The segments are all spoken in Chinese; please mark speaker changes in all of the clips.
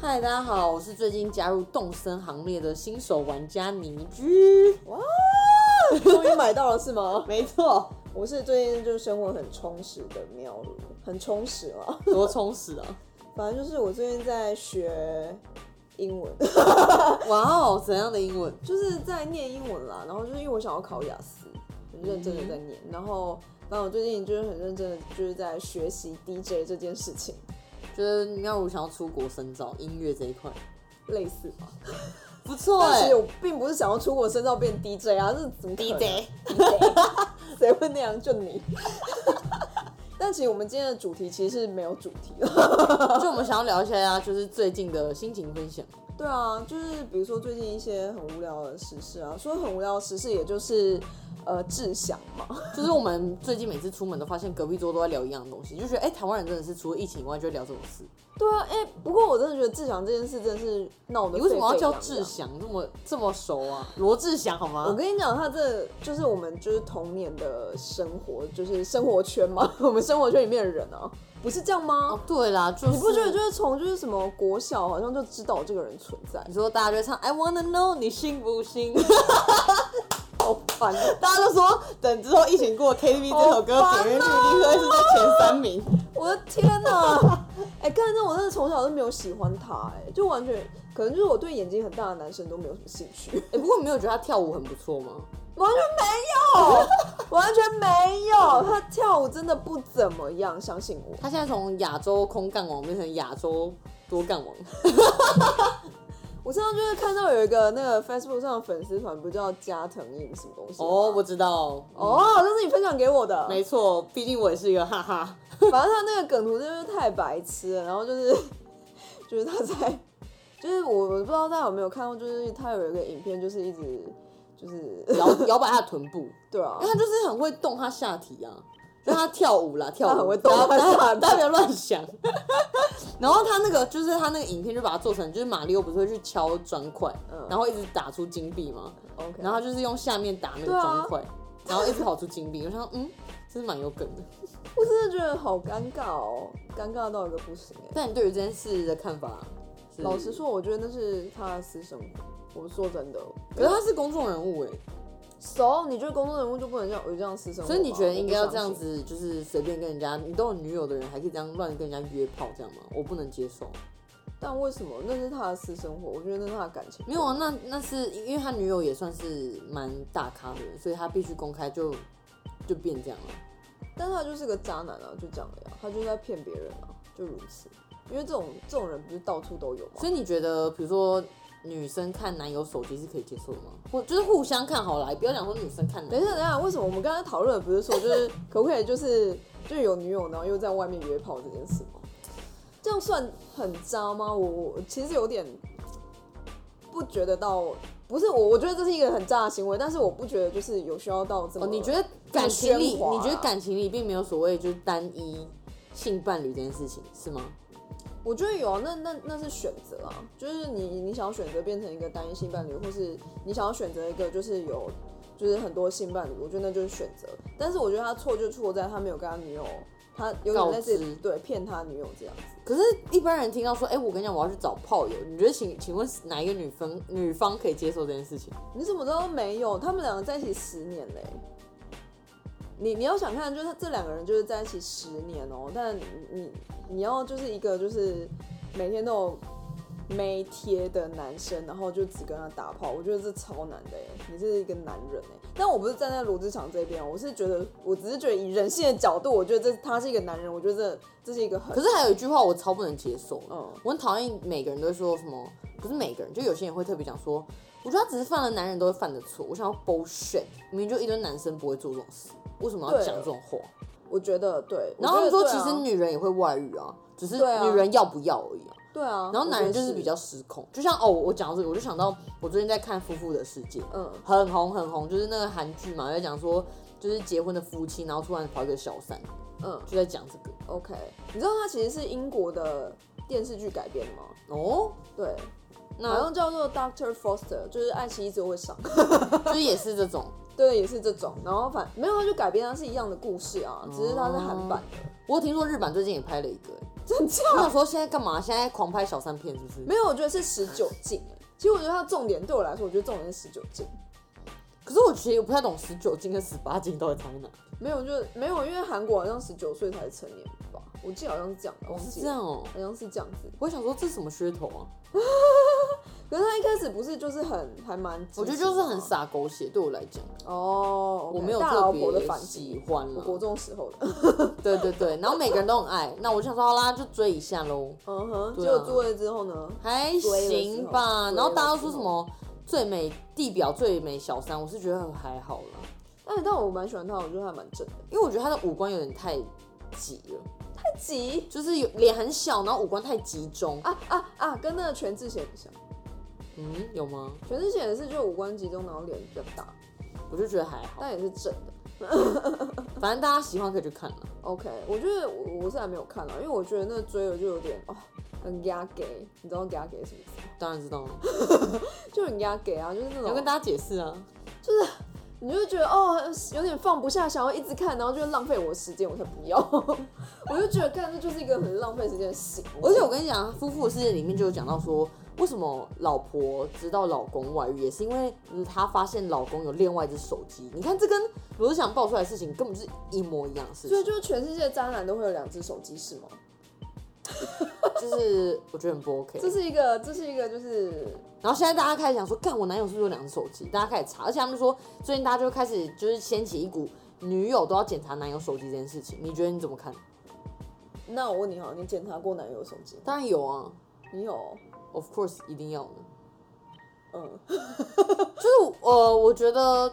Speaker 1: 嗨，大家好，我是最近加入动森行列的新手玩家倪居。哇，
Speaker 2: 终于买到了是 吗？
Speaker 1: 没错，
Speaker 2: 我是最近就是生活很充实的喵如，很充实嘛。
Speaker 1: 多充实啊！
Speaker 2: 反正就是我最近在学英文，
Speaker 1: 哇哦，怎样的英文？
Speaker 2: 就是在念英文啦。然后就是因为我想要考雅思，很认真的在念。然后，然后我最近就是很认真的就是在学习 DJ 这件事情，
Speaker 1: 就是妙如想要出国深造音乐这一块，
Speaker 2: 类似吧。
Speaker 1: 不错
Speaker 2: 但
Speaker 1: 哎、
Speaker 2: 其实我并不是想要出国深造变 DJ 啊，这怎么可能
Speaker 1: DJ
Speaker 2: 谁会那样？就你。 但其实我们今天的主题其实是没有主题的。
Speaker 1: 就我们想要聊一下，就是最近的心情分享。
Speaker 2: 对啊，就是比如说最近一些很无聊的时事啊，说很无聊的时事，也就是呃志祥嘛，
Speaker 1: 就是我们最近每次出门都发现隔壁桌都在聊一样的东西，就觉得哎、台湾人真的是除了疫情以外就会聊这种事。
Speaker 2: 对啊，哎、不过我真的觉得志祥这件事真是闹得
Speaker 1: 你为什么要
Speaker 2: 沸沸
Speaker 1: 叫
Speaker 2: 扬扬啊
Speaker 1: 志？祥这么这么熟啊？罗志祥好
Speaker 2: 我
Speaker 1: 吗？
Speaker 2: 跟你讲，他这就是我们就是童年的生活，就是生活圈嘛， 我们生活圈里面的人啊，不是这样吗
Speaker 1: 哦？，对啦，就是
Speaker 2: 你不觉得就是从就是什么国小好像就知道这个人存在，
Speaker 1: 你说大家就会唱 I wanna know 你信不信？
Speaker 2: 好烦哦、
Speaker 1: 大家都说等之后疫情过 KTV 这首歌
Speaker 2: 好烦哦
Speaker 1: 点阅率应该是在前三名。
Speaker 2: 我的天呐！ 哎、干那我真的从小都没有喜欢他、哎，就完全可能就是我对眼睛很大的男生都没有什么兴趣，
Speaker 1: 哎、不过你没有觉得他跳舞很不错吗？
Speaker 2: 完全没有，完全没有。他跳舞真的不怎么样，相信我。
Speaker 1: 他现在从亚洲空干王变成亚洲多干王，
Speaker 2: 我上次就是看到有一个那个 Facebook 上的粉丝团，不叫加藤鹰什么东西吗
Speaker 1: 哦，我知道，
Speaker 2: 哦，这是你分享给我的。
Speaker 1: 没错，毕竟我也是一个哈哈。
Speaker 2: 反正他那个梗图真的是太白痴了，然后就是 就是他在，就是我我不知道大家有没有看过，就是他有一个影片，就是一直就是
Speaker 1: 摇 摇摆他的臀部，因
Speaker 2: 对啊
Speaker 1: 为，他就是很会动他下体啊，就他跳舞 啦，跳舞
Speaker 2: 他很会动他
Speaker 1: 大家
Speaker 2: 下体
Speaker 1: 大家不要乱想。 然后他那个就是他那个影片就把它做成，就是马里奥不是会去敲砖块，
Speaker 2: 嗯
Speaker 1: 然后一直打出金币吗？
Speaker 2: OK，
Speaker 1: 然后他就是用下面打那个
Speaker 2: 对啊
Speaker 1: 砖块，然后一直跑出金币。我想说，嗯，真是蛮有梗的。
Speaker 2: 我真的觉得好尴尬哦，尴尬到一个不行哎、
Speaker 1: 但你对于这件事的看法是？
Speaker 2: 老实，说，我觉得那是他的私生活。我说真的，
Speaker 1: 可是他是公众人物哎、
Speaker 2: 熟，你觉得公众人物就不能像有这样私生活吗？
Speaker 1: 所以你觉得应该要
Speaker 2: 我不
Speaker 1: 这
Speaker 2: 相
Speaker 1: 样
Speaker 2: 信？
Speaker 1: 子，就是随便跟人家，你都有女友的人还可以这样乱跟人家约炮这样吗？我不能接受。
Speaker 2: 但为什么那是他的私生活？我觉得那是他的感情。
Speaker 1: 没有啊，那那是因为他女友也算是蛮大咖的人，所以他必须公开就就变这样了。
Speaker 2: 但是他就是个渣男啊，就这样了呀、他就是在骗别人啊，就如此。因为这种这种人不是到处都有吗？
Speaker 1: 所以你觉得，比如说女生看男友手机是可以接受的吗？或就是互相看好了，不要讲说女生看男
Speaker 2: 等
Speaker 1: 友。
Speaker 2: 一下，等一下，为什么我们刚才讨论的不是说，就是可不可以就是 就有女友，然后又在外面约炮这件事吗？这样算很渣吗？我我其实有点不觉得到，不是我，我觉得这是一个很渣的行为，但是我不觉得就是有需要到这么。
Speaker 1: 哦，你觉得感情里，
Speaker 2: 这么喧哗啊
Speaker 1: 你觉得感情里并没有所谓就是单一性伴侣这件事情是吗？
Speaker 2: 我觉得有啊，那那那是选择啊，就是你你想要选择变成一个单一性伴侣，或是你想要选择一个就是有就是很多性伴侣，我觉得那就是选择。但是我觉得他错就错在他没有跟他女友，他有点类似
Speaker 1: 告知
Speaker 2: 对骗他女友这样子。
Speaker 1: 可是，一般人听到说，哎、我跟你讲，我要去找炮友，你觉得请请问哪一个女方女方可以接受这件事情？
Speaker 2: 你怎么知道没有？他们两个在一起十年嘞、你你要想看，就是这两个人就是在一起十年哦、但你你你要就是一个就是每天都有没贴的男生，然后就只跟他打炮，我觉得这超难的耶、你是一个男人哎、但我不是站在罗志祥这边哦，我是觉得，我只是觉得以人性的角度，我觉得这他是一个男人，我觉得这这是一个很
Speaker 1: 可是还有一句话我超不能接受的，
Speaker 2: 嗯
Speaker 1: 我很讨厌每个人都会说什么，不是每个人，就有些人会特别讲说，我觉得他只是犯了男人都会犯的错，我想要 bullshit，明明就一堆男生不会做这种事，为什么要
Speaker 2: 对
Speaker 1: 讲这种话？
Speaker 2: 我觉得对。
Speaker 1: 然后他们
Speaker 2: 我
Speaker 1: 说
Speaker 2: 觉
Speaker 1: 其
Speaker 2: 得对啊
Speaker 1: 实女人也会外遇啊，只是
Speaker 2: 对啊
Speaker 1: 女人要不要而已啊。
Speaker 2: 对啊，
Speaker 1: 然后男人
Speaker 2: 我觉
Speaker 1: 就
Speaker 2: 得
Speaker 1: 是比较失控，就像哦，我讲到这个，我就想到我最近在看《夫妇的世界》，
Speaker 2: 嗯
Speaker 1: 很红很红，就是那个韩剧嘛，在讲说就是结婚的夫妻，然后突然跑一个小三，
Speaker 2: 嗯。
Speaker 1: 就在讲这个
Speaker 2: OK，你知道它其实是英国的电视剧改编的吗？
Speaker 1: 哦，
Speaker 2: 对，好
Speaker 1: 那
Speaker 2: 像叫做 Doctor Foster，就是爱奇艺只会上。
Speaker 1: 就是也是这种。
Speaker 2: 对，也是这种。然后反
Speaker 1: 哦
Speaker 2: 没有，它就改编它是一样的故事啊，只是它是韩版的。
Speaker 1: 我有听说日版最近也拍了一个、欸，
Speaker 2: 真假？
Speaker 1: 我想说现在干嘛？现在狂拍小三片是不是？
Speaker 2: 没有，我觉得是十九禁欸。其实我觉得它的重点对我来说，我觉得重点是十九禁。
Speaker 1: 可是我其实我不太懂十九禁跟十八禁到底差在哪。
Speaker 2: 没有，就没有，因为韩国好像十九岁才成年吧，我记得好像是这样的，
Speaker 1: 哦，
Speaker 2: 忘
Speaker 1: 是
Speaker 2: 记
Speaker 1: 这
Speaker 2: 了，
Speaker 1: 样哦。
Speaker 2: 好像是这样子。
Speaker 1: 我想说这是什么噱头啊？
Speaker 2: 可是他一开始不是就是很还蛮，
Speaker 1: 我觉得就是很。傻狗血，对我来讲，
Speaker 2: 哦，OK，
Speaker 1: 我没有
Speaker 2: 大老
Speaker 1: 特
Speaker 2: 婆的
Speaker 1: 别
Speaker 2: 反
Speaker 1: 喜
Speaker 2: 击，
Speaker 1: 欢啊
Speaker 2: 我国
Speaker 1: 了。
Speaker 2: 中时候的，
Speaker 1: 对对对，然后每个人都很爱，那我就想说好啦，就追一下喽，
Speaker 2: 嗯哼。结
Speaker 1: 对啊
Speaker 2: 果住位之后呢？
Speaker 1: 还行吧。
Speaker 2: 追了之后
Speaker 1: 然后大家都说什么最美地表最美小三，我是觉得还好啦，
Speaker 2: 哎但但我蛮喜欢他，我觉得他蛮正的。
Speaker 1: 因为我觉得他的五官有点太挤了，
Speaker 2: 急
Speaker 1: 就是有脸很小，然后五官太集中。
Speaker 2: 啊啊啊！跟那个全智贤很像，
Speaker 1: 嗯，有吗？
Speaker 2: 全智贤也是就五官集中，然后脸比较大，
Speaker 1: 我就觉得还好，
Speaker 2: 但也是正的。
Speaker 1: 反正大家喜欢可以去看了。
Speaker 2: OK，我觉得我我是还没有看啊，因为我觉得那追了就有点哦，很压给，你知道压给什么意思吗？
Speaker 1: 当然知道 了，
Speaker 2: 就很压给啊，就是那
Speaker 1: 你要跟
Speaker 2: 种
Speaker 1: 大家解释啊。
Speaker 2: 你就会觉得哦，有点放不下，想要一直看，然后就浪费我的时间，我才不要。 我就觉得干这就是一个很浪费时间的行为。
Speaker 1: 而且我跟你讲，夫妇的世界里面就有讲到说，为什么老婆知道老公外遇，也是因为嗯她发现老公有另外一只手机。你看，这跟罗志祥爆出来的事情根本就是一模一样的事
Speaker 2: 所以
Speaker 1: 情，
Speaker 2: 就是全世界渣男都会有两只手机是吗？
Speaker 1: 就是我觉得很不 OK。
Speaker 2: 这是一个，这是一个，就是
Speaker 1: 然后现在大家开始想说，干我男友是不是有两只手机？大家开始查，而且他们说最近大家就开始就是掀起一股女友都要检查男友手机这件事情。你觉得你怎么看？
Speaker 2: 那我问你哈，你检查过男友的手机吗？
Speaker 1: 当然有啊
Speaker 2: 你有？
Speaker 1: ，of course 一定要的。
Speaker 2: 嗯，
Speaker 1: 就是呃，我觉得，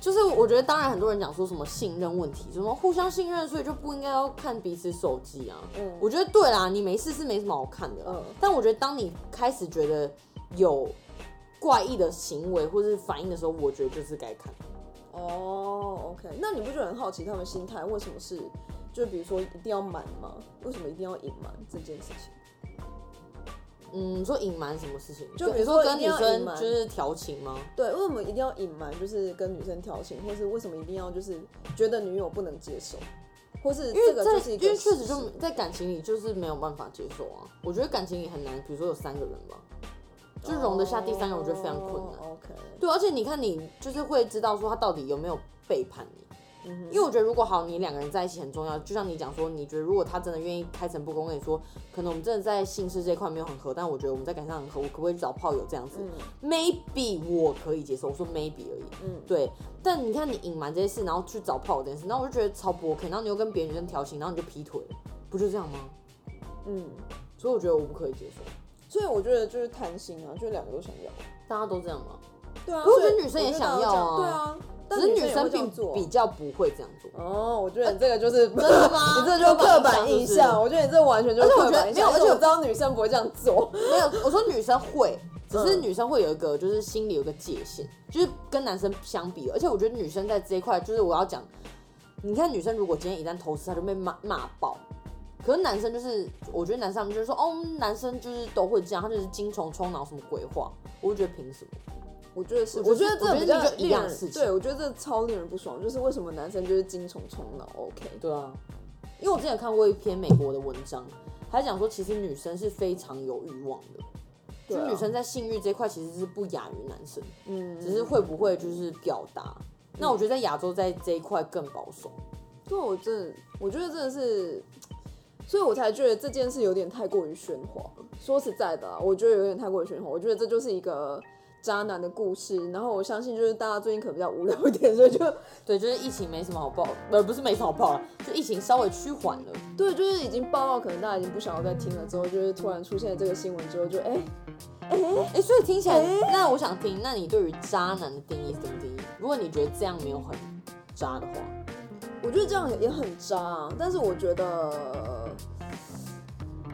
Speaker 1: 就是我觉得，当然很多人讲说什么信任问题，什么互相信任，所以就不应该要看彼此手机啊。
Speaker 2: 嗯
Speaker 1: 我觉得对啦，你没事是没什么好看的啦。
Speaker 2: 嗯
Speaker 1: 但我觉得当你开始觉得有怪异的行为或是反应的时候，我觉得就是该看。
Speaker 2: 哦，OK，那你不就很好奇他们心态为什么是，就比如说一定要瞒吗？为什么一定要隐瞒这件事情？
Speaker 1: 嗯，你说隐瞒什么事情？
Speaker 2: 就
Speaker 1: 跟
Speaker 2: 比
Speaker 1: 你
Speaker 2: 如
Speaker 1: 说
Speaker 2: 说
Speaker 1: 跟女
Speaker 2: 一定要隐
Speaker 1: 生
Speaker 2: 瞒
Speaker 1: 就是调情吗？
Speaker 2: 对，为什么一定要隐瞒？就是跟女生调情，或是为什么一定要就是觉得女友不能接受，或是
Speaker 1: 因为
Speaker 2: 这个
Speaker 1: 在
Speaker 2: 就是一个
Speaker 1: 因为确实
Speaker 2: 事
Speaker 1: 就
Speaker 2: 实
Speaker 1: 在感情里就是没有办法接受啊。我觉得感情里很难，比如说有三个人吧，就容得下第三个，我觉得非常困难。
Speaker 2: 哦 OK，
Speaker 1: 对，而且你看，你就是会知道说他到底有没有背叛你。
Speaker 2: 嗯哼
Speaker 1: 因为我觉得，如果好，你两个人在一起很重要。就像你讲说，你觉得如果他真的愿意开诚布公跟你说，可能我们真的在性事这一块没有很合，但我觉得我们在感情上很合，我可不可以去找炮友这样子、
Speaker 2: 嗯
Speaker 1: m a y b e 我可以接受，我说 maybe 而已。
Speaker 2: 嗯，
Speaker 1: 对，但你看你隐瞒这些事，然后去找炮友这件事，然后我就觉得超不 OK。然后你又跟别的女生调情，然后你就劈腿了，不就这样吗？
Speaker 2: 嗯，
Speaker 1: 所以我觉得我不可以接受，
Speaker 2: 所以我觉得就是贪心啊，就是两个都想要。
Speaker 1: 大家都这样吗？
Speaker 2: 对啊，
Speaker 1: 可是我
Speaker 2: 所以
Speaker 1: 觉得女生也
Speaker 2: 我觉得
Speaker 1: 想
Speaker 2: 大家
Speaker 1: 要啊
Speaker 2: 都这样对啊，但
Speaker 1: 只是
Speaker 2: 女
Speaker 1: 女
Speaker 2: 也会
Speaker 1: 生
Speaker 2: 这样
Speaker 1: 并
Speaker 2: 做啊
Speaker 1: 比较不会这样做。
Speaker 2: 哦，我觉得你这个就是真
Speaker 1: 呃的吗
Speaker 2: 你这就是刻板印
Speaker 1: 刻板印象
Speaker 2: 象。我觉得你这完全就是
Speaker 1: 而且我
Speaker 2: 刻板印象，
Speaker 1: 觉得没有而且
Speaker 2: 我知道女生不会这样做。
Speaker 1: 没有，我说女生会，只是
Speaker 2: 嗯
Speaker 1: 女生会有一个就是心里有个界限，就是跟男生相比，而且我觉得女生在这一块，就是我要讲，你看女生如果今天一旦偷吃，她就被骂骂爆。可是男生就是，我觉得男生他们就是说，哦，男生就是都会这样，他就是精虫充脑什么鬼话，我就觉得凭什么？
Speaker 2: 我觉得是，
Speaker 1: 我
Speaker 2: 我
Speaker 1: 觉
Speaker 2: 觉
Speaker 1: 得
Speaker 2: 得这
Speaker 1: 我觉
Speaker 2: 比较
Speaker 1: 得你就一
Speaker 2: 令
Speaker 1: 样
Speaker 2: 人
Speaker 1: 事情
Speaker 2: 对我觉得这超令人不爽，就是为什么男生就是精虫充脑？OK，
Speaker 1: 对啊，因为我之前有看过一篇美国的文章，还讲说其实女生是非常有欲望的，
Speaker 2: 对啊
Speaker 1: 就女生在性欲这一块其实是不亚于男生。
Speaker 2: 嗯，
Speaker 1: 只是会不会就是表达。那我觉得在亚洲在这一块更保守，
Speaker 2: 对我真的，我觉得真的是，所以我才觉得这件事有点太过于喧哗了。说实在的啊、我觉得有点太过于喧哗。我觉得这就是一个渣男的故事。然后我相信，就是大家最近可能比较无聊一点，所以就
Speaker 1: 对，就是疫情没什么好报，呃，不是没什么好报了，就疫情稍微趋缓了。
Speaker 2: 对，就是已经爆到可能大家已经不想要再听了。之后就是突然出现这个新闻之后就，哎，
Speaker 1: 哎、所以听起来，那我想听，那你对于渣男的定义是怎么定义？如果你觉得这样没有很渣的话，
Speaker 2: 我觉得这样也也很渣、啊。但是我觉得呃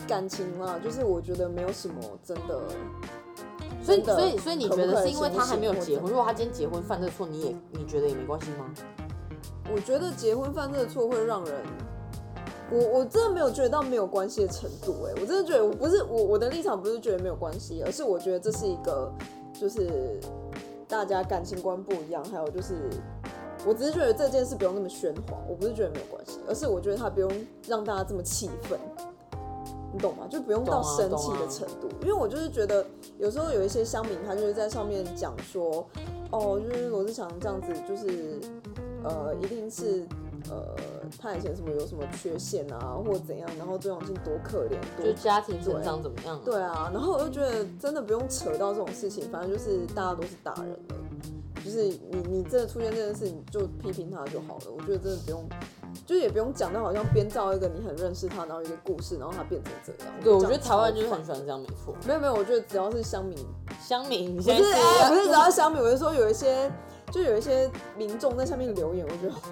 Speaker 2: 感情嘛，就是我觉得没有什么真的。
Speaker 1: 所以
Speaker 2: 真的
Speaker 1: 所以所以你
Speaker 2: 可
Speaker 1: 觉
Speaker 2: 不
Speaker 1: 得
Speaker 2: 可
Speaker 1: 是
Speaker 2: 以
Speaker 1: 因为他还没有
Speaker 2: 行不
Speaker 1: 结
Speaker 2: 行
Speaker 1: 婚？如果他今天结婚犯这错，你也你觉得也没关系吗？
Speaker 2: 我觉得结婚犯这个错会让人，我我真的没有觉得到没有关系的程度、哎，我真的觉得我不是我我的立场不是觉得没有关系，而是我觉得这是一个就是大家感情观不一样，还有就是我只是觉得这件事不用那么喧哗，我不是觉得没有关系，而是我觉得他不用让大家这么气愤。你懂吗？就不用
Speaker 1: 懂
Speaker 2: 到
Speaker 1: 啊
Speaker 2: 生
Speaker 1: 懂
Speaker 2: 气的
Speaker 1: 啊
Speaker 2: 程度，因为我就是觉得有时候有一些乡民，他就是在上面讲说，哦，就是罗志祥这样子，就是呃，一定是呃，他以前什么有什么缺陷啊，或怎样，然后周永庆多可怜，
Speaker 1: 就是
Speaker 2: 多
Speaker 1: 家庭成长怎么样、啊？
Speaker 2: 对啊，然后我就觉得真的不用扯到这种事情，反正就是大家都是大人了，就是你你真的出现这件事，你就批评他就好了。我觉得真的不用，就是也不用讲到好像编造一个你很认识他，然后一个故事，然后他变成这样。
Speaker 1: 对，我
Speaker 2: 这
Speaker 1: 觉得
Speaker 2: 样
Speaker 1: 台湾
Speaker 2: 超
Speaker 1: 就是
Speaker 2: 烦
Speaker 1: 很喜欢这样，没错。
Speaker 2: 没有没有，我觉得只要是乡民，
Speaker 1: 香民，你
Speaker 2: 不
Speaker 1: 现
Speaker 2: 是
Speaker 1: 在
Speaker 2: 哎不是只要乡民，我是说有一些就有一些民众在下面留言，我觉得好烦，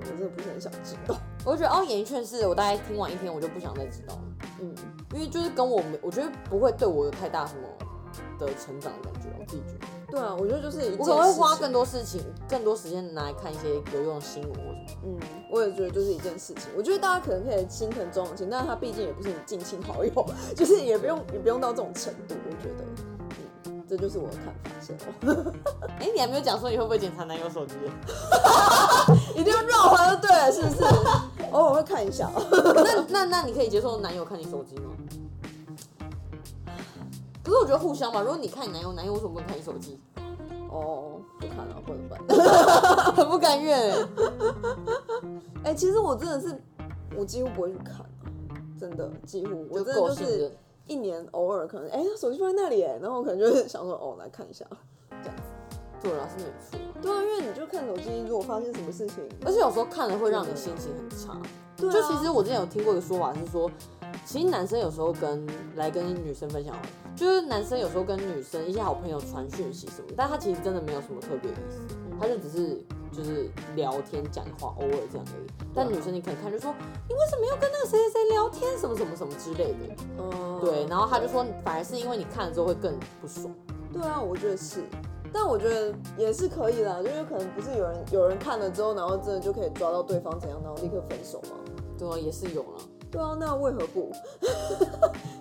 Speaker 2: 我真的不是很想知道。
Speaker 1: 我觉得哦，演艺圈是我大概听完一天，我就不想再知道了，
Speaker 2: 嗯，
Speaker 1: 因为就是跟我没，我觉得不会对我有太大什么的成长的感觉，我自己觉得。
Speaker 2: 对啊，我觉得就是一件
Speaker 1: 我可能会
Speaker 2: 事
Speaker 1: 花
Speaker 2: 情
Speaker 1: 更多事情、更多时间拿来看一些有用的新闻或什么。
Speaker 2: 嗯，我也觉得就是一件事情。我觉得大家可能可以心疼钟永清，但是他毕竟也不是你近亲好友， 就是也不用也不用到这种程度。我觉得，嗯，这就是我哦的看法。谢喽，
Speaker 1: 哎、你还没有讲说你会不会检查男友手机？
Speaker 2: 一定要绕回来就对了，是不是？ 偶尔会看一下。哦
Speaker 1: 那 那那你可以接受男友看你手机吗？可是我觉得互相吧，如果你看你男友，男友为什么不能看你手机？
Speaker 2: 哦，不看了，不能办。
Speaker 1: 很 不甘愿、欸。
Speaker 2: 哎、其实我真的是，我几乎不会去看，啊真的几乎，我真的
Speaker 1: 够
Speaker 2: 就
Speaker 1: 信
Speaker 2: 是
Speaker 1: 任
Speaker 2: 一年偶尔可能，哎、他手机放在那里，哎然后我可能就是想说，哦，来看一下。
Speaker 1: 对啦，是没错。
Speaker 2: 对啊，因为你就看手机，如果发现什么事情，
Speaker 1: 而且有时候看了会让你心情很差。
Speaker 2: 对啊
Speaker 1: 就其实我之前有听过一个说法是说，其实男生有时候跟来跟女生分享好了，就是男生有时候跟女生一些好朋友传讯息什么，但他其实真的没有什么特别的意思，
Speaker 2: 嗯
Speaker 1: 他就只是就是聊天讲话，偶尔这样而已。
Speaker 2: 啊
Speaker 1: 但女生你可能看就说，你为什么要跟那个谁谁谁聊天，什么什么什么之类的。
Speaker 2: 嗯，
Speaker 1: 对，然后他就说，反而是因为你看了之后会更不爽。
Speaker 2: 对啊，我觉得是，但我觉得也是可以啦，就是可能不是有人有人看了之后，然后真的就可以抓到对方怎样，然后立刻分手嘛。
Speaker 1: 对啊，也是有了。
Speaker 2: 对啊，那为何 不？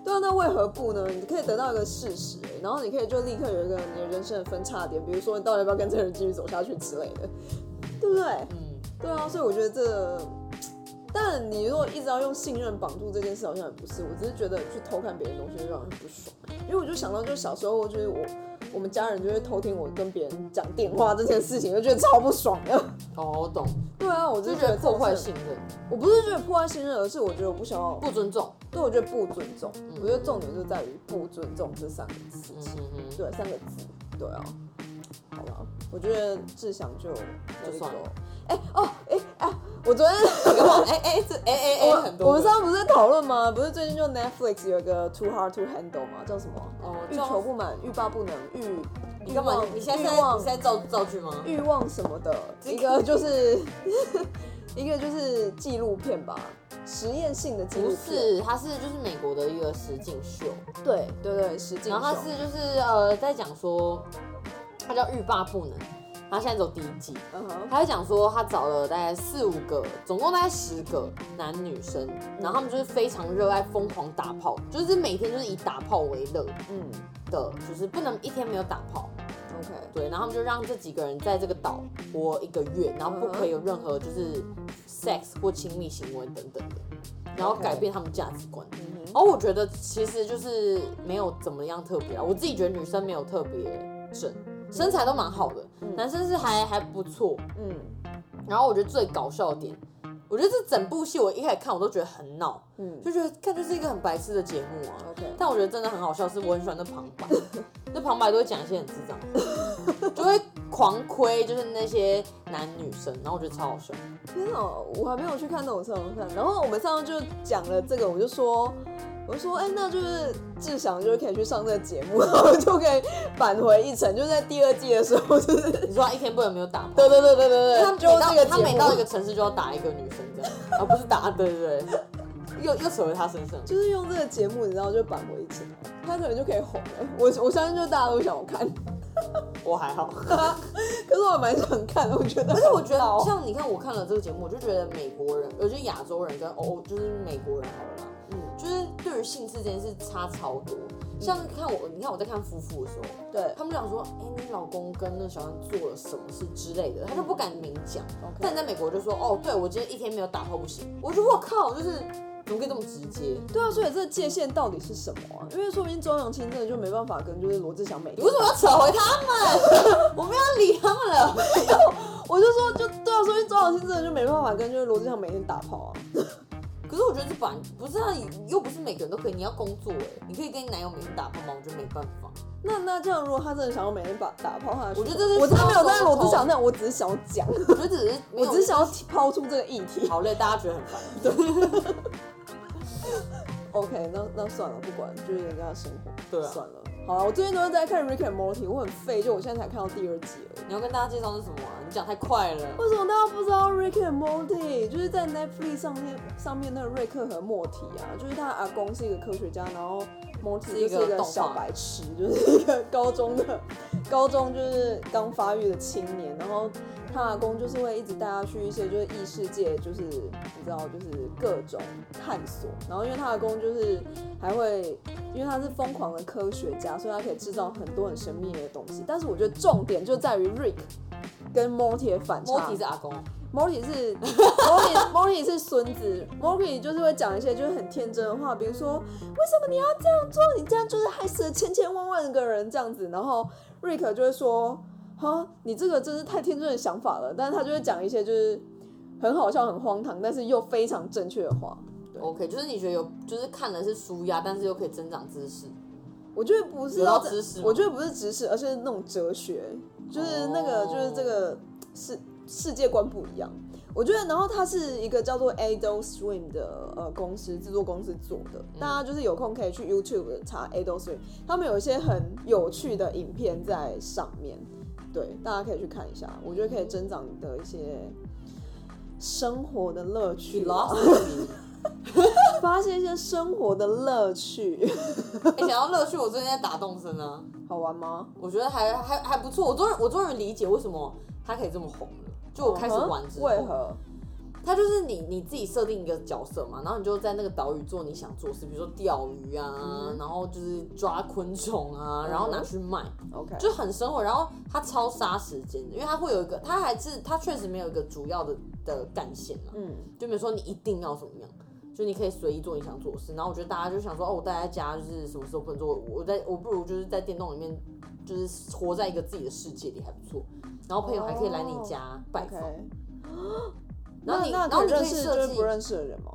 Speaker 2: 对啊，那为何不呢？你可以得到一个事实、哎然后你可以就立刻有一个你的人生的分叉点，比如说你到底要不要跟这个人继续走下去之类的，对不对？
Speaker 1: 嗯，
Speaker 2: 对啊，所以我觉得这，但你如果一直要用信任绑住这件事，好像也不是。我只是觉得去偷看别人东西会让人很不爽，因为我就想到，就是小时候，就是我我们家人就会偷听我跟别人讲电话这件事情，就觉得超不爽的。
Speaker 1: 哦，我懂，
Speaker 2: 对啊，我就
Speaker 1: 就
Speaker 2: 觉
Speaker 1: 觉得
Speaker 2: 得这种
Speaker 1: 破坏
Speaker 2: 事
Speaker 1: 信任，
Speaker 2: 我不是觉得破坏信任，而是我觉得我不想要，
Speaker 1: 不尊重。
Speaker 2: 对我觉得不尊重。我觉得重点就在于不尊重这三个字
Speaker 1: 嗯， 哼哼。
Speaker 2: 对，三个字，对啊。好吧，我觉得志祥就
Speaker 1: 就算了。
Speaker 2: 哎、哦，哎、哎、我昨天。
Speaker 1: 哎哎这哎哎哎很
Speaker 2: 我
Speaker 1: 多
Speaker 2: 我们上次不是讨论吗？不是最近就 Netflix 有一个 Too Hard to Handle 吗？叫什么？
Speaker 1: 哦
Speaker 2: 欲
Speaker 1: 叫
Speaker 2: 求不满，欲罢不能，欲
Speaker 1: 你干嘛？你现在
Speaker 2: 欲
Speaker 1: 在你
Speaker 2: 望
Speaker 1: 现在造造句吗？
Speaker 2: 欲望什么的，
Speaker 1: 这
Speaker 2: 一个就是一个就是纪录片吧，实验性的纪录
Speaker 1: 不
Speaker 2: 片。，
Speaker 1: 是，它是就是美国的一个实境秀，
Speaker 2: 对对对，实境秀。
Speaker 1: 然后它是就是呃在讲说，它叫欲罢不能，它现在走第一季，
Speaker 2: 嗯哼，
Speaker 1: 他就讲说，他找了大概四五个，总共大概十个男女生，然后他们就是非常热爱疯狂打炮，就是每天就是以打炮为乐
Speaker 2: 嗯
Speaker 1: 的，就是不能一天没有打炮。
Speaker 2: ，OK，
Speaker 1: 对，然后他们就让这几个人在这个岛活一个月，然后不可以有任何就是 sex 或亲密行为等等的，然后
Speaker 2: OK
Speaker 1: 改变他们价值观。
Speaker 2: 嗯哼，
Speaker 1: 而我觉得其实就是没有怎么样特别啊，我自己觉得女生没有特别正，身材都蛮好的，男生是还还不错。
Speaker 2: 嗯
Speaker 1: 然后我觉得最搞笑的点，我觉得这整部戏我一开始看我都觉得很闹，
Speaker 2: 嗯
Speaker 1: 就觉得看就是一个很白痴的节目啊。
Speaker 2: ，OK，
Speaker 1: 但我觉得真的很好笑，是我很喜欢那旁白，那旁白都会讲一些很智障的话，就会狂亏就是那些男女生，然后我觉得超好笑。
Speaker 2: 天哦，我还没有去看那种上看。然后我们上次就讲了这个，我就说，我就说，哎、那就是志祥就是可以去上这个节目，然后就可以返回一程，就在第二季的时候，就是
Speaker 1: 你说他一天不能没有打炮，
Speaker 2: 对对对对对
Speaker 1: 他
Speaker 2: 对，
Speaker 1: 每
Speaker 2: 就
Speaker 1: 到
Speaker 2: 这个
Speaker 1: 他
Speaker 2: 节
Speaker 1: 每到一
Speaker 2: 目，
Speaker 1: 个城市就要打一个女生这样，而、不是打，对对对，又又扯回他身上。
Speaker 2: 就是用这个节目，你知道，就返回一程，他可能就可以红了。我我相信，就大家都想要看，
Speaker 1: 我还好，
Speaker 2: 可是我蛮想看的，我 觉得。
Speaker 1: 而且啊我觉得，像你看，我看了这个节目，我就觉得美国人，我觉得亚洲人跟欧，就是美国人好了啦，
Speaker 2: 嗯
Speaker 1: 就是对于性这件事差超多。像看我，你看我在看夫妇的时候，
Speaker 2: 对
Speaker 1: 他们讲说，哎、你老公跟那小三做了什么事之类的，他就不敢明讲。但你在美国就说，哦，对我今天一天没有打炮不行。我就我靠，就是怎么可以这么直接？
Speaker 2: 对啊，所以这个界限到底是什么啊？因为说不定周扬青真的就没办法跟就是罗志祥每
Speaker 1: 你为什么要扯回他们？ 我不要理他们了。
Speaker 2: 我就说就对啊，说不定周扬青真的就没办法跟就是罗志祥每天打炮啊。
Speaker 1: 可是我觉得这本来不是啊，又不是每个人都可以。你要工作哎、你可以跟你男友每天打炮吗？我觉得没办法。
Speaker 2: 那那这样，如果他真的想要每天把打炮下去，
Speaker 1: 我觉得这是
Speaker 2: 我真的没有
Speaker 1: 双
Speaker 2: 在
Speaker 1: 手
Speaker 2: 罗志
Speaker 1: 头
Speaker 2: 祥那，我只是想要讲，
Speaker 1: 我觉得只是没
Speaker 2: 我
Speaker 1: 有，
Speaker 2: 只是想要提抛出这个议题。
Speaker 1: 好累，大家觉得很烦。
Speaker 2: OK，那那算了，不管，就是人家的生活，
Speaker 1: 对啊
Speaker 2: 算了。好了，我最近都是在看《Rick and Morty》，我很废，就我现在才看到第二集而已。
Speaker 1: 你要跟大家介绍是什么啊？你讲太快 了。
Speaker 2: 为什么大家不知道《Rick and Morty》？就是在 Netflix 上面上面那个瑞克和莫提啊，就是他阿公是一个科学家，然后 Morty
Speaker 1: 是一
Speaker 2: 就是
Speaker 1: 个
Speaker 2: 一个
Speaker 1: 动画
Speaker 2: 小白痴，就是一个高中的高中就是刚发育的青年，然后他阿公就是会一直带他去一些就是异世界，就是你知道就是各种探索，然后因为他阿公就是还会。因为他是疯狂的科学家，所以他可以制造很多很神秘的东西。但是我觉得重点就在于 Rick 跟 Morty 的反差。
Speaker 1: 摸体是阿公，
Speaker 2: Morty 是 Morty Morty 是孙子，Morty 就是会讲一些就是很天真的话，比如说为什么你要这样做？你这样就是害死了千千万万个人这样子。然后 Rick 就会说，哈，你这个真是太天真的想法了。但是他就会讲一些就是很好笑、很荒唐，但是又非常正确的话。对
Speaker 1: OK，就是你觉得有，就是看了是舒压，但是又可以增长知 识。
Speaker 2: 我觉得不是
Speaker 1: 有到
Speaker 2: 要这
Speaker 1: 知识吗
Speaker 2: 我觉得不是知识，而是那种哲学，就是那个、
Speaker 1: 哦
Speaker 2: 就是这个世世界观不一样。我觉得，然后它是一个叫做 Adult Swim 的呃公司制作公司做的，
Speaker 1: 嗯
Speaker 2: 大家就是有空可以去 YouTube 查 Adult Swim，他们有一些很有趣的影片在上面，对，大家可以去看一下，我觉得可以增长你的一些生活的乐趣
Speaker 1: 你
Speaker 2: 啦，
Speaker 1: 老死你！
Speaker 2: 发现一些生活的乐趣，
Speaker 1: 哎、想要乐趣，我最近在打动身啊，
Speaker 2: 好玩吗？
Speaker 1: 我觉得还还还不错。我终于我终于理解为什么他可以这么红了。就我开始玩之后，
Speaker 2: 嗯为何？
Speaker 1: 它就是你你自己设定一个角色嘛，然后你就在那个岛屿做你想做的事，比如说钓鱼啊，然后就是抓昆虫啊，然后拿去卖，
Speaker 2: OK，
Speaker 1: 就很生活。然后它超杀时间的，因为它会有一个，它还是它确实没有一个主要的的干线啊，
Speaker 2: 嗯，
Speaker 1: 就没有说你一定要怎么样。就你可以随意做你想做的事，然后我觉得大家就想说，哦，我待在家就是什么事都不能做，我在我不如就是在电动里面，就是活在一个自己的世界里还不错，然后朋友还可以来你家拜
Speaker 2: 哦嗯 OK
Speaker 1: 访，然
Speaker 2: 那
Speaker 1: 后你
Speaker 2: 那
Speaker 1: 然后
Speaker 2: 可以
Speaker 1: 你可
Speaker 2: 认
Speaker 1: 以
Speaker 2: 识
Speaker 1: 设
Speaker 2: 就是
Speaker 1: 计
Speaker 2: 不认识的人吗？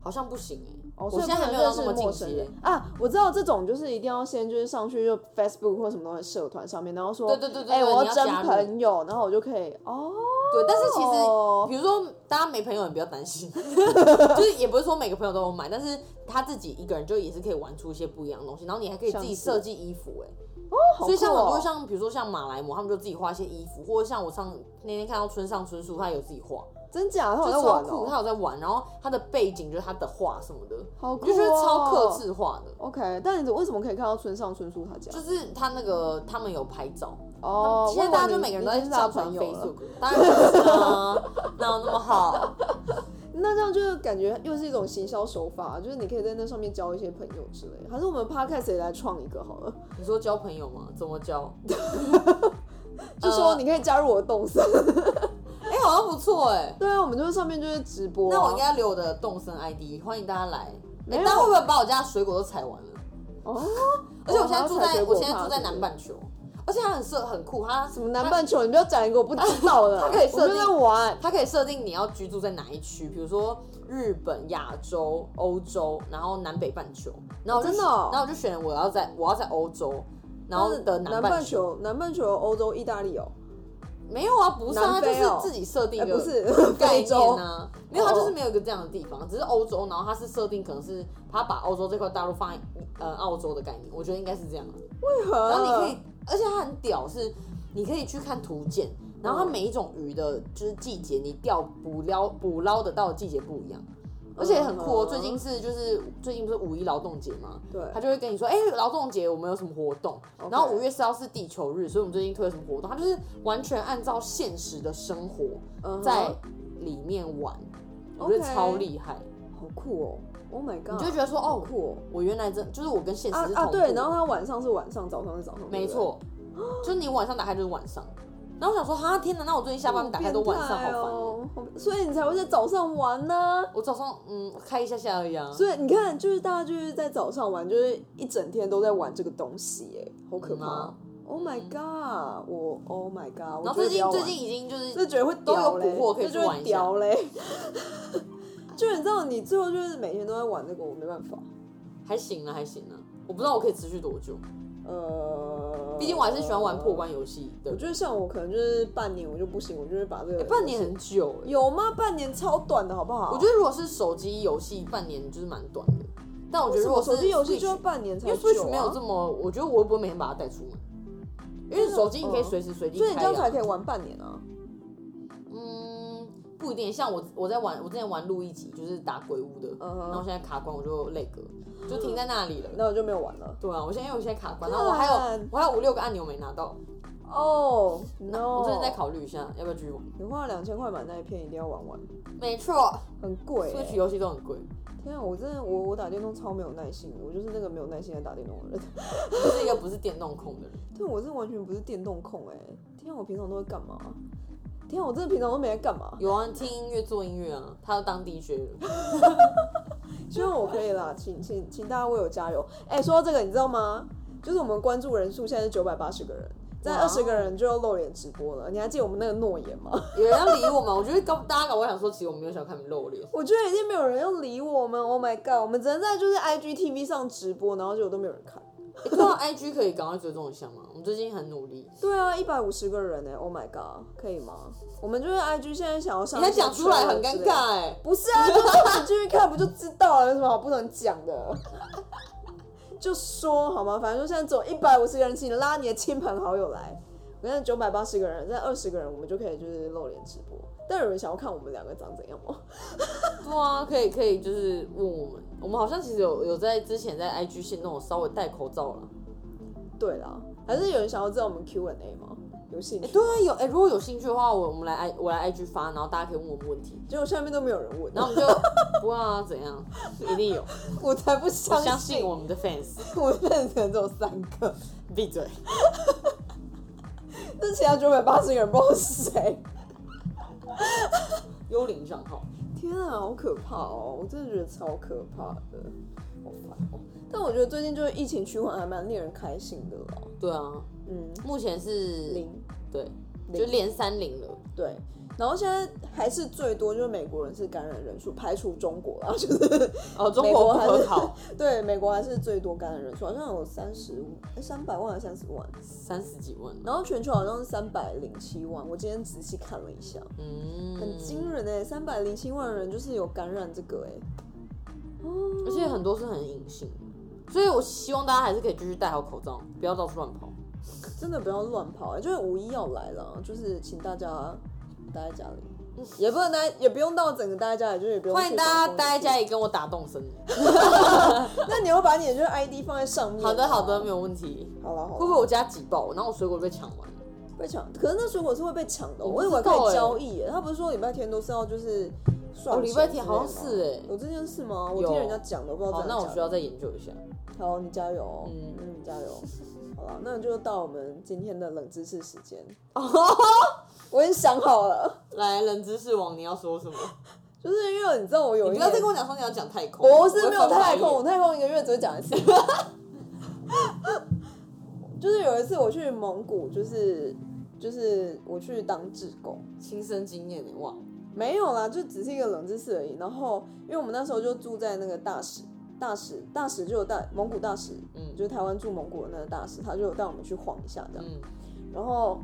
Speaker 1: 好像不行哎、
Speaker 2: 哦，
Speaker 1: 我
Speaker 2: 所以
Speaker 1: 现在
Speaker 2: 不
Speaker 1: 还
Speaker 2: 能
Speaker 1: 没有到那
Speaker 2: 认识
Speaker 1: 么欸进
Speaker 2: 陌生
Speaker 1: 阶
Speaker 2: 人。啊！我知道这种就是一定要先就是上去就 Facebook 或什么东西社团上面，然后说
Speaker 1: 对对对对，
Speaker 2: 哎、
Speaker 1: 对
Speaker 2: 我
Speaker 1: 你要
Speaker 2: 征
Speaker 1: 加入
Speaker 2: 朋友，然后我就可以哦。
Speaker 1: 对，但是其实比如说大家没朋友，你不要担心， 就是也不是说每个朋友都有买，但是他自己一个人就也是可以玩出一些不一样的东西，然后你还可以自己设计衣服哎、
Speaker 2: 好
Speaker 1: 所以像
Speaker 2: 酷
Speaker 1: 很
Speaker 2: 哦
Speaker 1: 多像比如说像马来模，他们就自己画一些衣服，或者像我上那天看到村上春树，他有自己画，
Speaker 2: 真假，他
Speaker 1: 就
Speaker 2: 有在
Speaker 1: 超
Speaker 2: 玩
Speaker 1: 酷，
Speaker 2: 哦，
Speaker 1: 他有在玩，然后他的背景就是他的画什么的，
Speaker 2: 好
Speaker 1: 我
Speaker 2: 酷、哦，
Speaker 1: 就觉得超克。制化的，
Speaker 2: OK，但你怎为什么可以看到村上春树他家
Speaker 1: 就？是他那个他们有拍照，
Speaker 2: 哦，
Speaker 1: 现在大家就每个人都在上
Speaker 2: 交
Speaker 1: 传
Speaker 2: 朋友
Speaker 1: Facebook，
Speaker 2: 了，
Speaker 1: 当然不是啊，哪有那么好？
Speaker 2: 那这样就是感觉又是一种行销手法，就是你可以在那上面交一些朋友之类的。还是我们 Podcast 也来创一个好了，
Speaker 1: 你说交朋友吗？怎么交？
Speaker 2: 就说你可以加入我的动森。
Speaker 1: 哎、好像不错哎、
Speaker 2: 对啊，我们就是上面就是直播啊、
Speaker 1: 那我应该留我的动森 ID，欢迎大家来。
Speaker 2: 没
Speaker 1: 哎、
Speaker 2: 有
Speaker 1: 大家会不会把我家的水果都采完了？
Speaker 2: 哦，
Speaker 1: 而且我现在住
Speaker 2: 还要采
Speaker 1: 在
Speaker 2: 水
Speaker 1: 我
Speaker 2: 果
Speaker 1: 现在住在
Speaker 2: 趴是不是
Speaker 1: 南半球，而且它很设很酷，它
Speaker 2: 什么南半球，你不要讲一个我不知道 的，
Speaker 1: 它可以设
Speaker 2: 我
Speaker 1: 定
Speaker 2: 就在玩。
Speaker 1: 它可以设定你要居住在哪一区，比如说日本、亚洲、欧洲，然后南北半球。然后我就、
Speaker 2: 哦真的哦
Speaker 1: 然后我就选我要在我要在欧洲，然后的
Speaker 2: 南
Speaker 1: 南半球。
Speaker 2: 球，南半球有欧洲、意大利哦，
Speaker 1: 没有啊，不是啊，它
Speaker 2: 南
Speaker 1: 就
Speaker 2: 非
Speaker 1: 是
Speaker 2: 哦
Speaker 1: 自己设定
Speaker 2: 哎
Speaker 1: 一个、
Speaker 2: 不是
Speaker 1: 概
Speaker 2: 非
Speaker 1: 念啊
Speaker 2: 洲。哦
Speaker 1: 呢、没有，它就是没有一个这样的地方，只是欧洲，然后它是设定可能是它把欧洲这块大陆放在呃澳洲的概念，我觉得应该是这样。
Speaker 2: 为何？
Speaker 1: 然后你可
Speaker 2: 嗯
Speaker 1: 以，而且它很屌是，你可以去看图鉴，然后它每一种鱼的就是季节，你钓捕捞捕捞得到的季节不一样。而且很酷哦，
Speaker 2: 嗯
Speaker 1: 最近是就是最近不是五一劳动节吗？
Speaker 2: 对
Speaker 1: 他就会跟你说，哎、劳动节我们有什么活动
Speaker 2: OK
Speaker 1: 然后五月四号是地球日，所以我们最近推了什么活动？他就是完全按照现实的生活，
Speaker 2: 嗯哼
Speaker 1: 在里面玩，我觉得
Speaker 2: OK
Speaker 1: 超厉害。
Speaker 2: 好酷哦，Oh my
Speaker 1: 你
Speaker 2: god！
Speaker 1: 就会觉得说，
Speaker 2: 好
Speaker 1: 哦，
Speaker 2: 酷哦。
Speaker 1: 我原来真就是我跟现实
Speaker 2: 啊
Speaker 1: 是同
Speaker 2: 啊，
Speaker 1: 步的
Speaker 2: 对，然后他晚上是晚上，早上是早上，
Speaker 1: 没 错，就是你晚上打开就是晚上。然后我想说，哈天哪，那我最近下
Speaker 2: 对不对，
Speaker 1: 班打开都晚上，好烦哦。
Speaker 2: 烦。好所以你才会在早上玩呢、
Speaker 1: 我早上嗯开一下下而已啊，
Speaker 2: 所以你看，就是大家就是在早上玩，就是一整天都在玩这个东西，哎，好可怕、
Speaker 1: 嗯啊
Speaker 2: o h my god！我 Oh my god！
Speaker 1: 然后
Speaker 2: 我
Speaker 1: 最
Speaker 2: 觉得不
Speaker 1: 近最
Speaker 2: 要玩
Speaker 1: 近已经就是
Speaker 2: 就觉得会
Speaker 1: 都有
Speaker 2: 屌嘞
Speaker 1: 蛊惑可以
Speaker 2: 这
Speaker 1: 去
Speaker 2: 就会
Speaker 1: 玩一下
Speaker 2: 屌嘞。 就你知道，你最后就是每天都在玩这个，我没办法。
Speaker 1: 还行了还行了，我不知道我可以持续多久，
Speaker 2: 哦呃，
Speaker 1: 毕竟我还是喜欢玩破。关游戏的
Speaker 2: 我。觉得像我可能就是半年我就不行，我就会把这个、
Speaker 1: 欸半年很久欸
Speaker 2: 有吗？半年超短的好不好？
Speaker 1: 我觉得如果是手机游戏，半年就是蛮短的。但我觉得如果
Speaker 2: 为什
Speaker 1: 是
Speaker 2: 么手机游戏
Speaker 1: Switch
Speaker 2: 就要半年才
Speaker 1: 因为
Speaker 2: 久、啊，
Speaker 1: Switch 没有这么，我觉得我又不会每天把它带出门，因为手机你可以
Speaker 2: 嗯
Speaker 1: 随时随地
Speaker 2: 所以你这
Speaker 1: 开
Speaker 2: 样才
Speaker 1: 啊。
Speaker 2: 可以玩半年啊。
Speaker 1: 嗯，不一定。像我我在玩，我之前玩路易吉就是打鬼屋的，
Speaker 2: 嗯
Speaker 1: 然后
Speaker 2: 哼，
Speaker 1: 现在卡关，我就累格，就停在那里了。
Speaker 2: 那我就没有玩了。
Speaker 1: 对啊，我现在因为我现在卡关，然后我还有
Speaker 2: 看
Speaker 1: 我还有五六个按钮没拿到，
Speaker 2: 哦、no！
Speaker 1: 我最近在考虑一下要不要继续玩。
Speaker 2: 你花了两千块买那一片，一定要玩完，
Speaker 1: 没错
Speaker 2: 很贵、
Speaker 1: ，Switch
Speaker 2: 欸。
Speaker 1: 游戏都很贵，
Speaker 2: 天啊，我真的我我打电动超没有耐心的，我就是那个没有耐心的打电动的人。
Speaker 1: 就是一个不是电动控的人。
Speaker 2: 对，我是完全不是电动控哎、天啊，我平常都会干嘛？天啊，我真的平常都没在干嘛。
Speaker 1: 有啊，听音乐做音乐啊，他要当 DJ 了。
Speaker 2: 希望我可以啦， 请请请大家为我加油。哎、说到这个，你知道吗？就是我们关注人数现在是九百八十个人，在
Speaker 1: 哇
Speaker 2: 二十个人就要露脸直播了。你还记得我们那个诺言吗？
Speaker 1: 有人要理我吗？我觉得搞大家搞，我想说，其实我没有想看你露脸。
Speaker 2: 我觉得已经没有人要理我们，Oh my god！我们只能在就是 IGTV 上直播，然后结果都没有人看。
Speaker 1: 欸、对啊，IG 可以赶快追踪一下吗？我们最近很努力。
Speaker 2: 对啊，一百五十个人呢、o h my god，可以吗？我们就是 IG 现在想要上，
Speaker 1: 你还讲出来很尴尬。哎、
Speaker 2: 不是啊，就是你进去看不就知道了，有什么好不能讲的？ 就说好吗？反正就现在只有一百五十个人，请拉你的亲朋好友来。我现在九百八十个人，在二十个人，我们就可以就是露脸直播。但有人想要看我们两个长怎样吗？
Speaker 1: 对啊，可以可以，就是问我们，我们好像其实有有在之前在 IG 线动有稍微戴口罩了。
Speaker 2: 对啦，还是有人想要知道我们 Q&A 吗？有兴
Speaker 1: 哎、
Speaker 2: 趣？
Speaker 1: 对啊，有哎、如果有兴趣的话，我我们来 I 我来 IG 发，然后大家可以问我们问题，
Speaker 2: 结果下面都没有人问，
Speaker 1: 然后我 们就不啊怎样，一定有，
Speaker 2: 我才不
Speaker 1: 我
Speaker 2: 相
Speaker 1: 相信我们的 fans，
Speaker 2: 我认识的只有三个，
Speaker 1: 闭嘴。
Speaker 2: 但其他九百八十个人不知道是谁。
Speaker 1: 幽灵账号，
Speaker 2: 天啊，好可怕哦！我真的觉得超可怕的，好烦哦。但我觉得最近就是疫情趋缓，还蛮令人开心的啦。
Speaker 1: 对啊，
Speaker 2: 嗯，
Speaker 1: 目前是
Speaker 2: 零
Speaker 1: 对，
Speaker 2: 零
Speaker 1: 就连三零了。
Speaker 2: 对。然后现在还是最多就是美国人是感染人数，排除中国啦， 就是
Speaker 1: 哦，中
Speaker 2: 美
Speaker 1: 国
Speaker 2: 国
Speaker 1: 不
Speaker 2: 还
Speaker 1: 可
Speaker 2: 是
Speaker 1: 考，
Speaker 2: 对美国还是最多感染人数，好像有三十五、哎三百万还是三十万，
Speaker 1: 三十几万了，
Speaker 2: 然后全球好像是三百零七万，我今天仔细看了一下，
Speaker 1: 嗯，
Speaker 2: 很惊人哎、欸，三百零七万人就是有感染这个哎、
Speaker 1: 而且很多是很隐性的，所以我希望大家还是可以继续戴好口罩，不要到处乱跑。
Speaker 2: 真的不要乱跑、欸，就是五一要来了，就是请大家待在家里，也不能待，也不用到整个待在家里，就是也不用
Speaker 1: 嗯欢迎大家待在家
Speaker 2: 里。
Speaker 1: 里跟我打动声。
Speaker 2: 那你要把你的就是 ID 放在上面、
Speaker 1: 好的，好的，没，有问题。
Speaker 2: 好了，
Speaker 1: 会
Speaker 2: 好
Speaker 1: 不
Speaker 2: 了，
Speaker 1: 会我家挤爆，然后我水果被抢完？
Speaker 2: 被抢？可是那水果是会被抢的
Speaker 1: 我
Speaker 2: 哦、我
Speaker 1: 不
Speaker 2: 以
Speaker 1: 知道
Speaker 2: 为可以交易、欸，他不是说礼拜天都是要就是算
Speaker 1: 哦
Speaker 2: 钱
Speaker 1: 礼拜天好像
Speaker 2: 之类的吗
Speaker 1: 是欸
Speaker 2: 有这件事吗？我
Speaker 1: 有
Speaker 2: 听人家讲的，我不知道
Speaker 1: 好，
Speaker 2: 哦真的
Speaker 1: 那我
Speaker 2: 假
Speaker 1: 需
Speaker 2: 的
Speaker 1: 要再研究一下。
Speaker 2: 好，你加油哦，
Speaker 1: 嗯
Speaker 2: 嗯嗯，加油。好了，那就到我们今天的冷知识时间。
Speaker 1: 哦
Speaker 2: 我已经想好了，
Speaker 1: 来，冷知识王，你要说什么？
Speaker 2: 就是因为你知道我有
Speaker 1: 你
Speaker 2: 一
Speaker 1: 不要
Speaker 2: 天
Speaker 1: 再跟我讲说你要讲太空，
Speaker 2: 我是没有
Speaker 1: 会翻白
Speaker 2: 太
Speaker 1: 眼
Speaker 2: 空，我。太空一个月只会讲一次。 就是有一次我去蒙古，就是就是我去当志工，
Speaker 1: 亲身经
Speaker 2: 欸
Speaker 1: 验，哇，
Speaker 2: 没有啦，就只是一个冷知识而已。然后因为我们那时候就住在那个大使，大使大使就有带蒙古大使，
Speaker 1: 嗯
Speaker 2: 就是台湾驻蒙古的那个大使，他就有带我们去晃一下这样。
Speaker 1: 嗯，
Speaker 2: 然后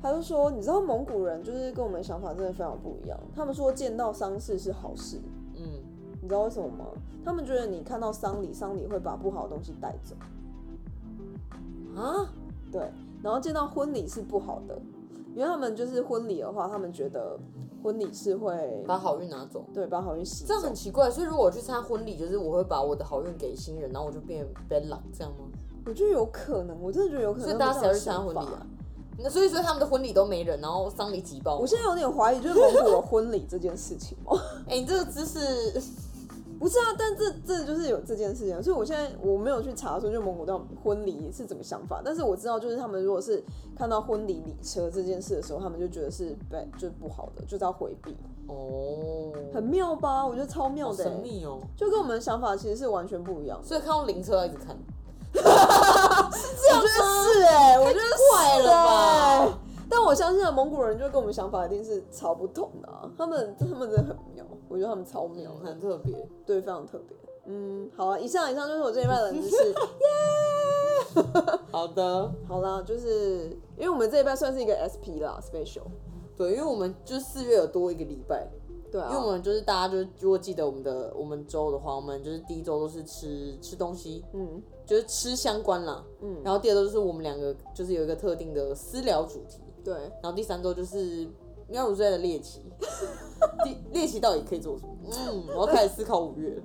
Speaker 2: 他就说，你知道蒙古人就是跟我们的想法真的非常不一样。他们说见到丧事是好事，
Speaker 1: 嗯，
Speaker 2: 你知道为什么吗？他们觉得你看到丧礼，丧礼会把不好的东西带走，
Speaker 1: 啊，
Speaker 2: 对。然后见到婚礼是不好的，因为他们就是婚礼的话，他们觉得婚礼是会
Speaker 1: 把好运拿走，
Speaker 2: 对把好运洗
Speaker 1: 这样。
Speaker 2: 走
Speaker 1: 很奇怪。所以如果我去参加婚礼，就是我会把我的好运给新人，然后我就变 bad luck 这样吗？
Speaker 2: 我觉得有可能，我真的觉得有可能。
Speaker 1: 所以大家谁要去参加婚礼啊？那所以说他们的婚礼都没人，然后丧礼挤爆
Speaker 2: 我。现在有点怀疑，就是蒙古的婚礼这件事情哦。
Speaker 1: 哎、你这个姿势，
Speaker 2: 不是啊，但这这就是有这件事情，啊所以我现在我没有去查说就蒙古到底婚礼是怎么想法，但是我知道就是他们如果是看到婚礼礼车这件事的时候，他们就觉得是对，就是不好的，就是要回避。
Speaker 1: 哦、哦，
Speaker 2: 很妙吧？我觉得超妙
Speaker 1: 好
Speaker 2: 的、欸
Speaker 1: 神秘哦。
Speaker 2: 就跟我们的想法其实是完全不一样的。
Speaker 1: 所以看到灵车要一直看，
Speaker 2: 我觉得 是哎、我觉得是
Speaker 1: 怪了吧
Speaker 2: 哎但我相信的蒙古人就跟我们想法一定是超不同的、啊，他们他们真的很妙，我觉得他们超妙
Speaker 1: 嗯
Speaker 2: 的，
Speaker 1: 很特别。
Speaker 2: 对，非常特别。嗯，好啊，以上以上就是我这一半的冷知识。
Speaker 1: 好的，
Speaker 2: 好啦，就是因为我们这一半算是一个 SP 啦，special。
Speaker 1: 对，因为我们就是四月有多一个礼拜，
Speaker 2: 对啊，
Speaker 1: 因为我们就是大家就是如果记得我们的我们周的话，我们就是第一周都是吃吃东西，
Speaker 2: 嗯
Speaker 1: 就是吃相关啦，
Speaker 2: 嗯，
Speaker 1: 然后第二周就是我们两个就是有一个特定的私聊主题，
Speaker 2: 对，
Speaker 1: 然后第三周就是喵如最爱的猎奇，第猎奇到底可以做什么？嗯，我要开始思考五月了。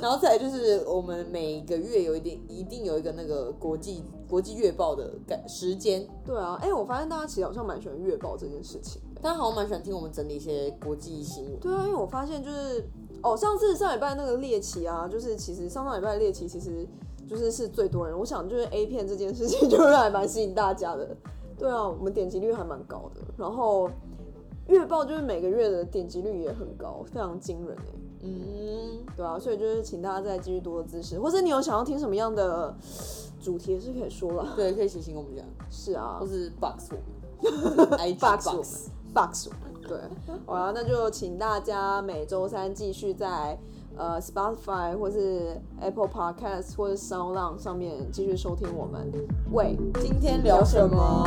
Speaker 1: 然后再来就是我们每个月有一定一定有一个那个国际国际月报的感时间，
Speaker 2: 对啊，哎、我发现大家其实好像蛮喜欢月报这件事情的。
Speaker 1: 大家好像蛮喜欢听我们整理一些国际新闻。
Speaker 2: 对啊，因为我发现就是，哦，上次上礼拜那个猎奇啊，就是其实上上礼拜的猎奇其实就是是最多人，我想就是 A 片这件事情 就是还蛮吸引大家的。对啊，我们点击率还蛮高的，然后月报就是每个月的点击率也很高，非常惊人哎、
Speaker 1: 嗯，
Speaker 2: 对啊，所以就是请大家再继续多多支持，或者你有想要听什么样的主题也是可以说啦。
Speaker 1: 对，可以写信跟我们讲，
Speaker 2: 是啊
Speaker 1: 或是 box 我们，IG
Speaker 2: ，box 我
Speaker 1: box。
Speaker 2: 们，box 我们，对，好啊，那就请大家每周三继续在呃 Spotify 或是 Apple Podcast 或是 Sound On 上面继续收听我们。喂，
Speaker 1: 今天聊什么？